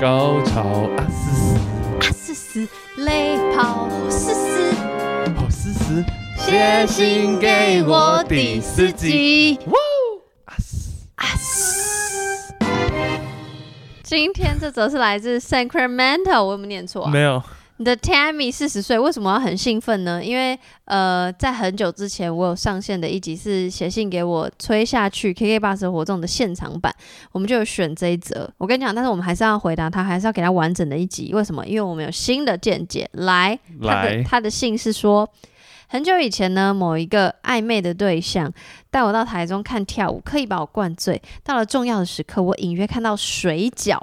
高潮啊嘶嘶，啊嘶嘶，泪跑嘶嘶，好嘶嘶，写信给我第四集。哇哦啊嘶，啊嘶！今天这则是来自 Sacramento，我有没有念错啊？没有，你的 Tammy 四十岁，为什么要很兴奋呢？因为呃，在很久之前我有上线的一集是写信给我吹下去 KK 巴士活动的现场版，我们就有选这一则。我跟你讲，但是我们还是要回答他，还是要给他完整的一集。为什么？因为我们有新的见解。来，他的 来他的信是说，很久以前呢，某一个暧昧的对象带我到台中看跳舞，刻意把我灌醉。到了重要的时刻，我隐约看到水饺。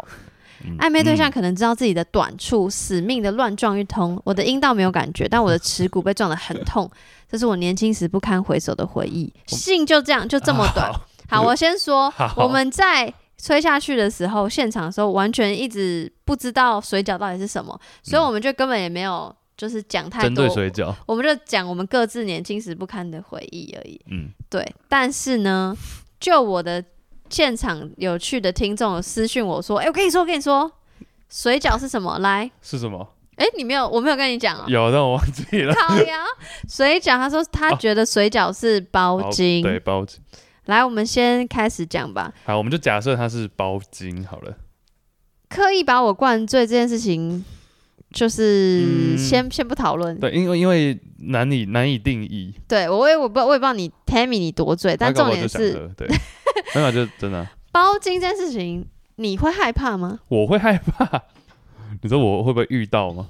暧昧对象可能知道自己的短处，死命的乱撞一通。我的阴道没有感觉，但我的耻骨被撞得很痛，这是我年轻时不堪回首的回忆。信就这样，就这么短。好好，我先说，好我们在吹下去的时候，现场的时候完全一直不知道水饺到底是什么，所以我们就根本也没有就是讲太嗯针多对，水饺，我们就讲我们各自年轻时不堪的回忆而已。嗯，对，但是呢，就我的现场有去的听众有私讯我说，哎、我跟你说，我跟你说，水饺是什么？来，是什么？哎、你没有，我没有跟你讲哦、 有，但我忘记了。烤羊水饺，他说他觉得水饺是包好 巾。对，哦包巾。来，我们先开始讲吧。好，我们就假设它是包巾好了。刻意把我灌醉这件事情，就是嗯先、先不讨论。对，因为因为难以难以定义，对我也我不我也不知道你 Tammy 你多醉，但他搞不重好点就想是喝对， 没有就真的啊，包巾这件事情，你会害怕吗？ 我会害怕。你说我会不会遇到吗？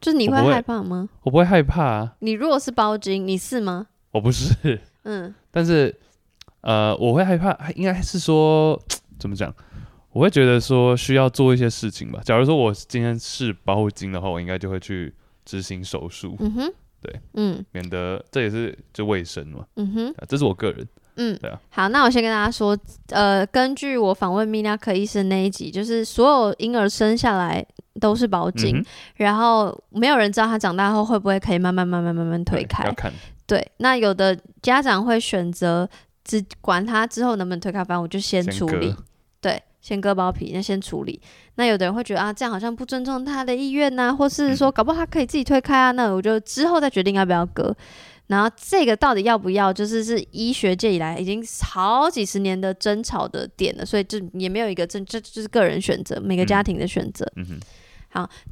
就是你我会不会害怕吗？我不会害怕啊，你如果是包巾，你是吗？我不是。嗯，但是呃，我会害怕，应该是说怎么讲？我会觉得说需要做一些事情吧。假如说我今天是包巾的话，我应该就会去执行手术，嗯哼，对，嗯免得这也是就卫生嘛、嗯哼，啊这是我个人，嗯，对啊好，那我先跟大家说，呃，根据我访问泌尿科医生那一集，就是所有婴儿生下来都是包巾，嗯哼然后没有人知道他长大后会不会可以慢慢慢慢慢慢推对开要，看，对，那有的家长会选择只管他之后能不能推开，反正我就先先处割理。对，先割包皮，那先处理。那有的人会觉得啊，这样好像不尊重他的意愿啊呐、或是嗯说搞不好他可以自己推开啊，那我就之后再决定要不要割。然后这个到底要不要，就是是医学界以来已经好几十年的争吵的点了，所以就也没有一个正，这就是个人选择，每个家嗯庭的选择。嗯哼，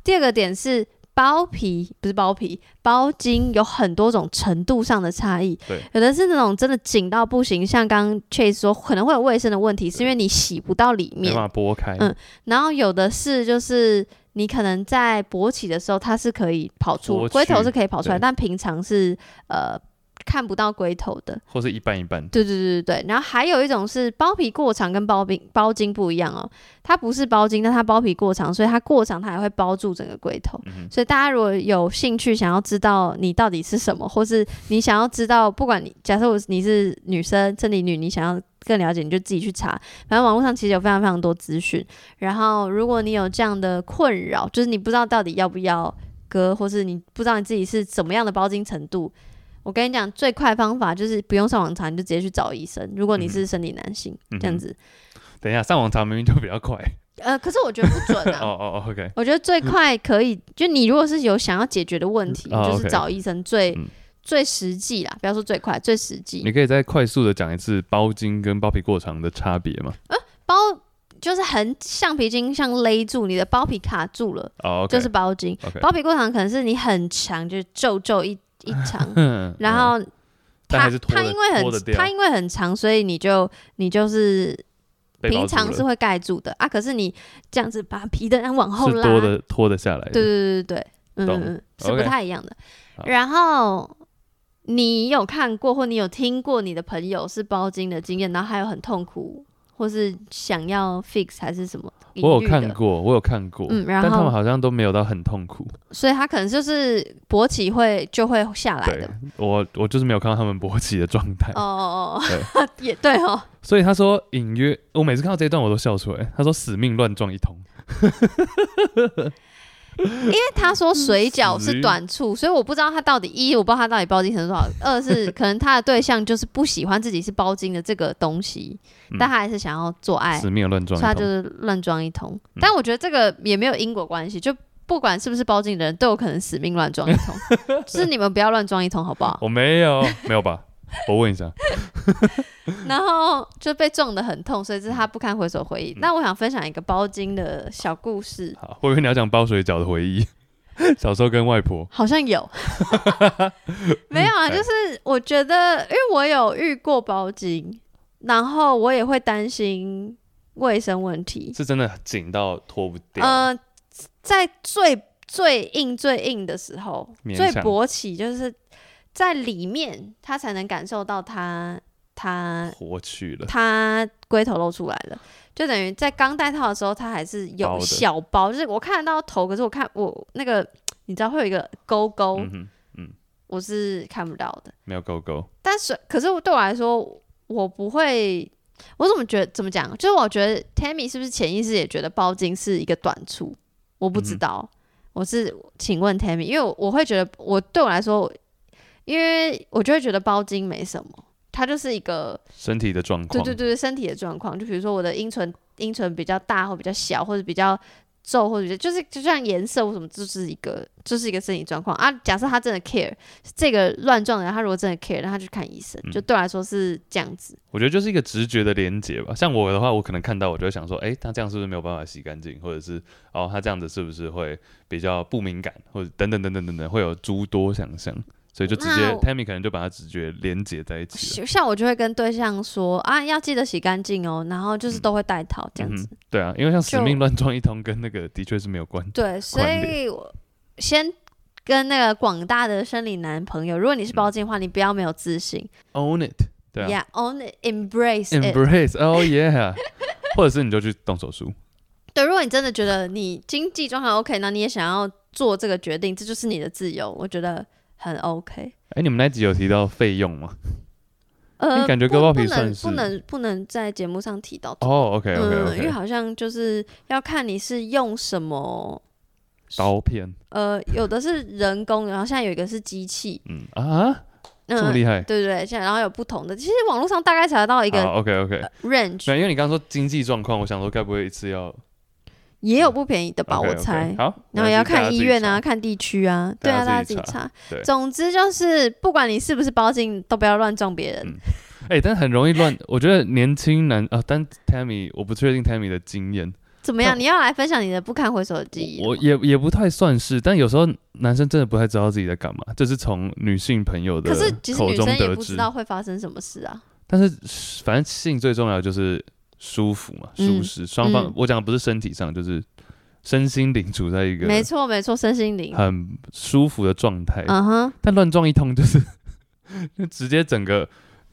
第二个点是包皮，不是包皮，包巾有很多种程度上的差异。对，有的是那种真的紧到不行，像刚刚 Chase 说可能会有卫生的问题，是因为你洗不到里没面办。法拨开，嗯然后有的是就是你可能在勃起的时候它是可以跑出勃起龟头是可以跑出来，对但平常是呃看不到龟头的。或是一半一半，对对对对对，然后还有一种是包皮过长跟包皮包巾不一样哦，它不是包巾，但它包皮过长，所以它过长它还会包住整个龟头。嗯哼，所以大家如果有兴趣想要知道你到底是什么，或是你想要知道，不管你假设我你是女生生理女，你想要更了解，你就自己去查。反正网络上其实有非常非常多资讯。然后如果你有这样的困扰，就是你不知道到底要不要割，或是你不知道你自己是怎么样的包茎程度。我跟你讲，最快方法就是不用上网查，你就直接去找医生。如果你是生理男性，嗯哼这样子，等一下上网查明明就比较快，呃，可是我觉得不准 啊。哦哦哦，OK，我觉得最快可以，就你如果是有想要解决的问题，啊就是 OK 找医生最、嗯最实际啦，不要说最快，最实你际。可以再快速的讲一次包巾跟包皮过长的差别吗？包就是很橡皮筋像勒住你的包皮卡住了哦，OK，就是包筋。 OK，，包皮过长可能是你很长，就是皱皱一一长 嗯然嗯后但它还是拖它得因为拖得很掉它因为很长，所以你就你就是被包住平常了是会盖住的啊，可是你这样子把皮带往后是拉，多的拖得下来的，对对对对对，嗯懂嗯，嗯，是不 OK 太一样的。好然后你有看过或你有听过你的朋友是包巾的经验，然后还有很痛苦或是想要 fix 还是什么疑我虑有的，看过，我有看过，嗯然但他后们好像都没有到很痛苦。所以他可能就是勃起会就会下来对的。我，我就是没有看到他们勃起的状态。哦哦哦，也对哦，所以他说隐约，我每次看到这一段我都笑出来。他说死命乱撞一通，他说水饺死是鱼短处，所以我不知道他到底一，我不知道他到底包茎程度多少；二是可能他的对象就是不喜欢自己是包茎的这个东西，嗯但他还是嗯想要做爱，死命地乱哎所撞以他一就通。是乱装一通。但我觉得这个也没有因果关系，就不管是不是包茎的人都有可能死命乱装一 通，就是你们不要乱装一通好不好？我没有，没有吧？我问一下， 然后就被撞得很痛，所以这是他不堪回首回忆。嗯那我想分享一个包茎的小故事，好，我以为你要讲包水饺的回忆，小时候跟外婆，好像 有，没有啊？对就是我觉得，因为我有遇过包茎，然后我也会担心卫生问题。是真的紧到脱不掉。呃，在最最硬、最硬的时候，勉最强勃起，就是在里面，他才能感受到他他活去了，他龟头露出来了，就等于在刚戴套的时候，他还是包有的小包，就是我看得到头，可是我看我那个你知道会有一个勾勾，嗯哼，我是看不到的。没有狗狗，但是可是对我来说，我不会，我怎么觉得怎么讲？就是我觉得 Tammy 是不是潜意识也觉得包茎是一个短处？我嗯不知道，我是请问 Tammy，因为我我会觉得我对我来说，因为我就会觉得包茎没什么，它就是一个身体的状对况，对对身体的状况，就比如说我的阴唇阴唇比较大或比较小，或者比较皱，或者比较就是就像颜色或什么，就是一个就是一个身体状况啊。假设他真的 care 这个乱撞的人，他如果真的 care，那他去看医生，就对我来说是这样子。我觉得就是一个直觉的连接吧。像我的话，我可能看到我就会想说，哎、他这样是不是没有办法洗干净，或者是哦，他这样子是不是会比较不敏感，或者等等等等等等，会有诸多想象。所以就直接那我 Tammy 可能就把它直觉连接在一起了。像像我就会跟对象说啊，要记得洗干净哦，然后就是都会戴套这样子。嗯哼对啊，因为像死就命乱撞一通跟那个的确是没有关系。对，所以我先。跟那个广大的生理男朋友，如果你是包茎的话，你不要没有自信 Own it，对啊，Yeah, own it, embrace it。 ，Embrace，Oh yeah，或 者是你就去动手术，对，如果你真的觉得你经济状况 OK，那你也想要做这个决定，这就是你的自由，我觉得很 OK。哎、你们那一集有提到费用吗？呃，你感觉不割包皮不算能是不能不能在节目上提到这个哦，OK，OK，OK、o k 嗯，因 OK 为 OK，好像就是要看你是用什么，刀片，呃，有的是人工，然后现在有一个是机器，嗯啊，这么嗯，厉害，啊对对，现在然后有不同的，其实网络上大概查得到一个好，OK OK， range，对，因为你刚刚说经济状况，我想说该不会一次要也有不便宜的吧， OK，OK，我猜。好，然后也要看医院啊，呢。看地区啊，对啊，大大家家自自己己查查对。总之就是，不管你是不是包茎，都不要乱撞别人嗯。哎、但很容易乱。我觉得年轻男啊，但 Tammy，我不确定 Tammy 的经验，怎么样？那你要来分享你的不堪回首的记忆我？也也不太算是，但有时候男生真的不太知道自己在干嘛，这是从女性朋友的可是其实口女中生也得不知知。道会发生什么事啊。但是反正性最重要的就是舒服嘛，嗯舒适。双方、嗯我讲不是身体上，就是身心灵处在一个没错，没错，身心灵。很舒服的状态。嗯哼，但乱撞一通就是就直接整个，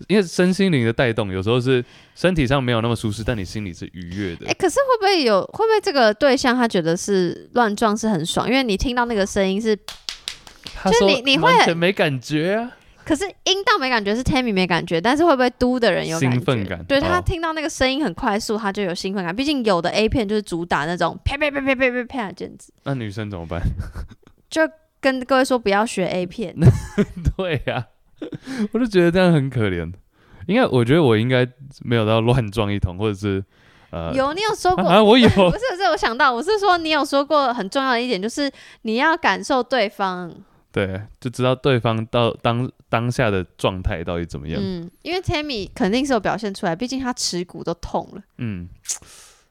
因为身心灵的带动，有时候是身体上没有那么舒适，但你心里是愉悦的。哎，可是会不会有？会不会这个对象他觉得是乱撞是很爽？因为你听到那个声音是，他说哎就你你会完全没感觉啊，可是阴道没感觉，是 Tammy 没感觉，但是会不会嘟的人有感觉？兴奋感对哦他听到那个声音很快速，他就有兴奋感。毕竟有的 A 片就是主打那种啪啪啪啪啪啪啪的简直。那女生怎么办？ 跟各位说不要学 A 片，对呀、我就觉得这样很可怜。应该，我觉得我应该没有到乱撞一通，或者是呃，有你有说过。啊， 我有，不是不是，我想到我是说，你有说过很重要的一点，就是你要感受对方，对，就知道对方到当当下的状态到底怎么样。嗯，因为 Tammy 肯定是有表现出来，毕竟她耻骨都痛了，嗯，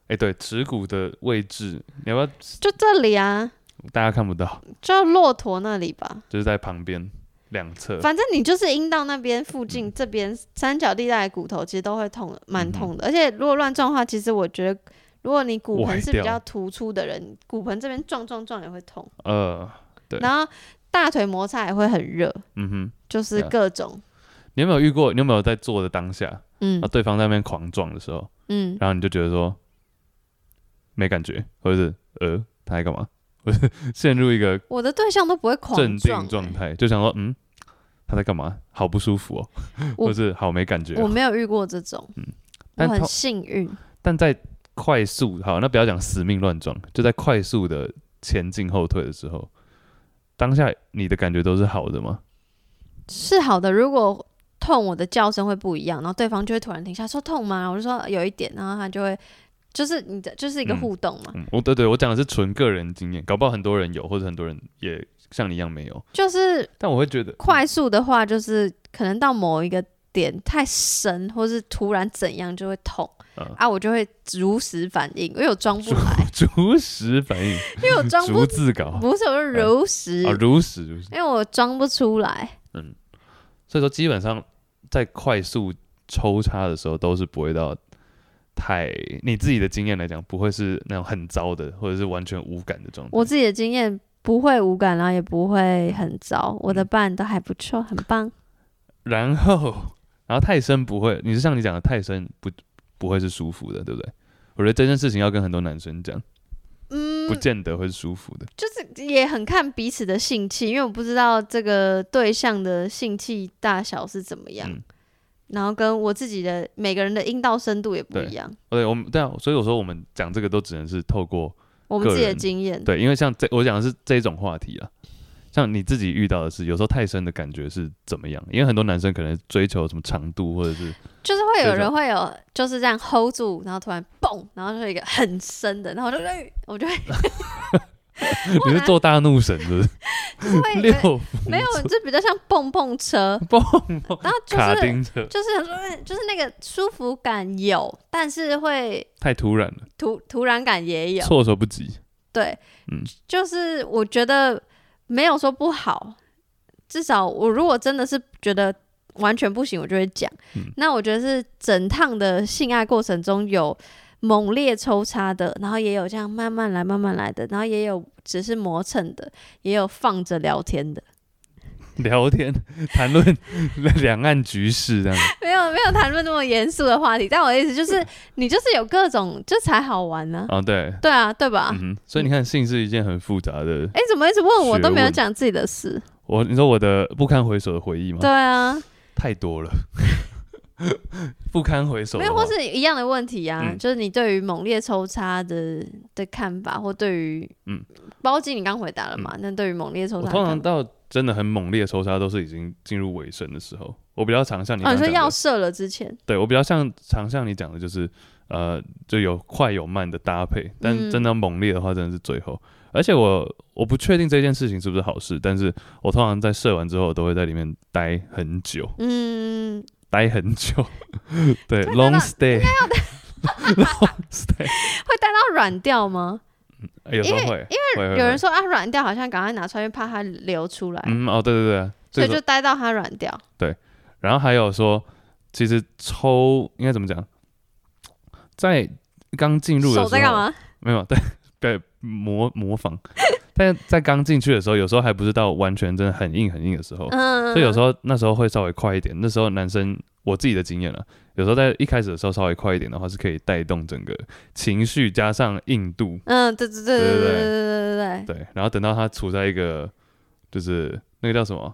哎、对，耻骨的位置，你要不要？就这里啊，大家看不到，就骆驼那里吧，就是在旁边两侧。反正你就是阴道那边附近、嗯这边三角地带的骨头，其实都会痛的，蛮痛的。而且如果乱撞的话，其实我觉得，如果你骨盆是比歪掉较突出的人，骨盆这边撞撞撞也会痛，呃，对然后大腿摩擦也会很热，嗯哼，就是对啊各种，你有没有遇过？你有没有在做的当下，嗯然后对方在那边狂撞的时候，嗯，然后你就觉得说没感觉，或者是呃他在干嘛， 或者是陷入一个我的对象都不会狂镇撞、欸定状态，就想说嗯他在干嘛，好不舒服哦，我或者是好没感觉我哦、没有遇过这种，我嗯但很通幸运。但在快速好，那不要讲死命乱撞，就在快速的前进后退的时候，当下你的感觉都是好的吗？是好的，如果痛，我的叫声会不一样，然后对方就会突然停下说痛吗？我就说有一点，然后他就会就是你的就是一个嗯互动嘛，嗯，我对对，我讲的是纯个人经验，搞不好很多人有，或者很多人也像你一样没有。就是但我会觉得，快速的话，就是可能到某一个点太深，或是突然怎样就会痛、嗯啊，我就会如实反应，因为我装不来， 如实反应，因为我 装不逐字稿啊，不是我是如实，如实如实。因为我装不出来。嗯，所以说基本上在快速抽插的时候，都是不会到太你自己的经验来讲，不会是那种很糟的，或者是完全无感的状态。我自己的经验不会无感，然后也不会很糟，我的伴都还不错，很棒。然后，然后太深不会，你是像你讲的太深不不会是舒服的，对不对？我觉得这件事情要跟很多男生讲，嗯不，见得会是舒服的。就是也很看彼此的性气，因为我不知道这个对象的性气大小是怎么样，嗯然后跟我自己的每个人的阴道深度也不一样，对，我们对啊，所以我说我们讲这个都只能是透过我们自己个的人经验。对，因为像这我讲的是这种话题啊，像你自己遇到的是，有时候太深的感觉是怎么样？因为很多男生可能追求什么长度，或者是就是会有对人会有就是这样 hold 住，然后突然蹦，然后就有一个很深的，然后我就哎我就会你是做大怒神是不是？就会 六有福哎没有，就比较像蹦蹦车，蹦然后就卡是丁车就是说嗯就是那个舒服感有，但是会太突然了，突突然感也有，措手不及。对，嗯就是我觉得没有说不好，至少我如果真的是觉得完全不行，我就会讲。嗯那我觉得是整趟的性爱过程中有猛烈抽插的，然后也有这样慢慢来、慢慢来的，然后也有只是磨蹭的，也有放着聊天的，聊天谈论两岸局势这样子， 没有没有谈论那么严肃的话题。但我的意思就是，你就是有各种，这才好玩呢、啊对，对啊，对吧？嗯哼，所以你看性是一件很复杂的，哎、怎么一直问我学都没有问讲自己的事？我你说我的不堪回首的回忆吗对？啊，太多了， 不堪回首的没话。有，或是一样的问题啊，嗯就是你对于猛烈抽插的的看法，或对于嗯，包茎你刚回答了嘛？那对于猛烈抽我插的通常看法，到真的很猛烈的抽插都是已经进入尾声的时候，我比较常像你哦，刚你刚说讲的，要射了之前，对我比较像常像你讲的，就是呃，就有快有慢的搭配，但嗯真的猛烈的话，真的是最后。而且我我不确定这件事情是不是好事，但是我通常在射完之后都会在里面待很久，嗯，待很久， 对真的，long 吗 stay，long stay，会带到软掉吗？哎有时候因为会，因为有人说啊，软掉好像赶快拿出来，因为怕它流出来，嗯哦对对对，这所个以就待到它软掉。然后还有说，其实抽应该怎么讲，在刚进入的时候，手在干？嘛？没有， 对对，模模仿。但在刚进去的时候，有时候还不是到完全真的很硬很硬的时候，嗯，所以有时候那时候会稍微快一点。那时候男生我自己的经验了，有时候在一开始的时候稍微快一点的话，是可以带动整个情绪加上硬度，嗯，对对对对对对对对对对对对，对。然后等到他处在一个就是那个叫什么，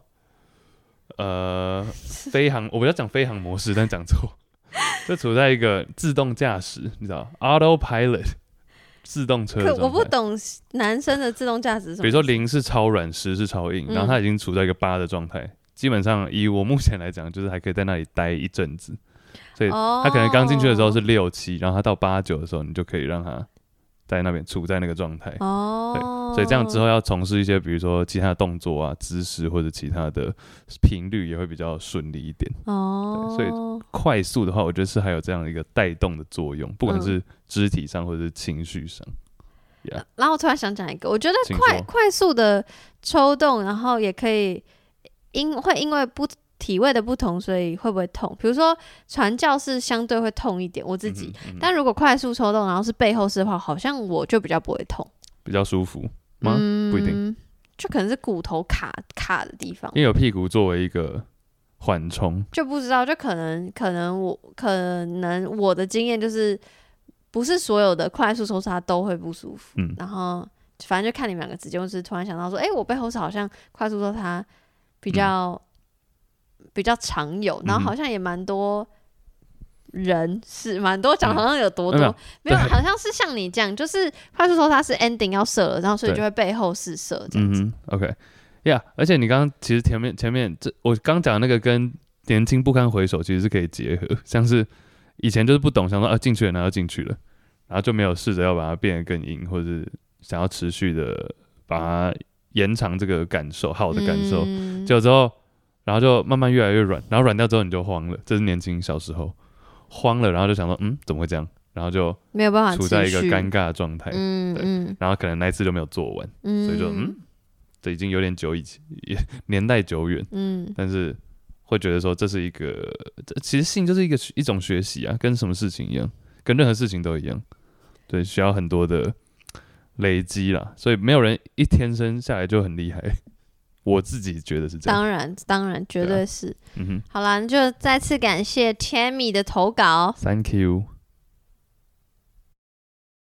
呃，飞行，我不要讲飞行模式，但讲错，就处在一个自动驾驶，你知道，auto pilot 自动车的可我状不态。懂男生的自动价值是什么，比如说零是超软，十是超硬，嗯然后它已经处在一个八的状态。基本上以我目前来讲，就是还可以在那里待一阵子。所以哦，他可能刚进去的时候是六七，然后他到八九的时候，你就可以让他在那边处在那个状态。哦，所以这样之后要从事一些，比如说其他的动作啊、姿势或者其他的频率也会比较顺利一点。哦，对所以快速的话，我觉得是还有这样一个带动的作用，不管嗯是肢体上或者是情绪上。呃然后我突然想讲一个，我觉得请快说快速的抽动，然后也可以因会因为不体位的不同，所以会不会痛？比如说传教是相对会痛一点，我自己。嗯哼、嗯但如果快速抽动，然后是背后式的话，好像我就比较不会痛比较舒服吗？嗯不一定，就可能是骨头卡卡的地方因，为有屁股作为一个缓冲，就不知道，就可能可能我可能我的经验就是，不是所有的快速抽插都会不舒服，嗯然后反正就看你们两个之间，就是突然想到说，哎、我背后是好像快速抽插嗯比较、比较常有，然后好像也蛮多人是蛮多，讲好像有多多，嗯没有没对有，好像是像你这样，就是他是说他是 ending 要射了，然后所以对就会背后试射这样子。嗯哼，OK，呀、而且你刚刚其实前面前面这我刚讲的那个跟年轻不堪回首其实是可以结合， 像是以前就是不懂，想说啊进去了，然后进去了，然后就没有试着要把它变得更硬，或者是想要持续的把它延长这个感受，好的感受，嗯结果之后，然后就慢慢越来越软，然后软掉之后你就慌了，这是年轻小时候慌了，然后就想说嗯怎么会这样，然后就没有办法处在一个持续尴尬的状态，啊嗯对嗯然后可能那一次就没有做完。嗯，所以就嗯，这已经有点久以前， 也年代久远，嗯但是会觉得说这是一个，这其实性就是一个一种学习啊，跟什么事情一样，跟任何事情都一样，对，需要很多的累积啦，所以没有人一天生下来就很厉害，我自己觉得是这样，当然当然绝对啊对是。嗯哼好啦，那就再次感谢 Tammy 的投稿。 ，Thank you，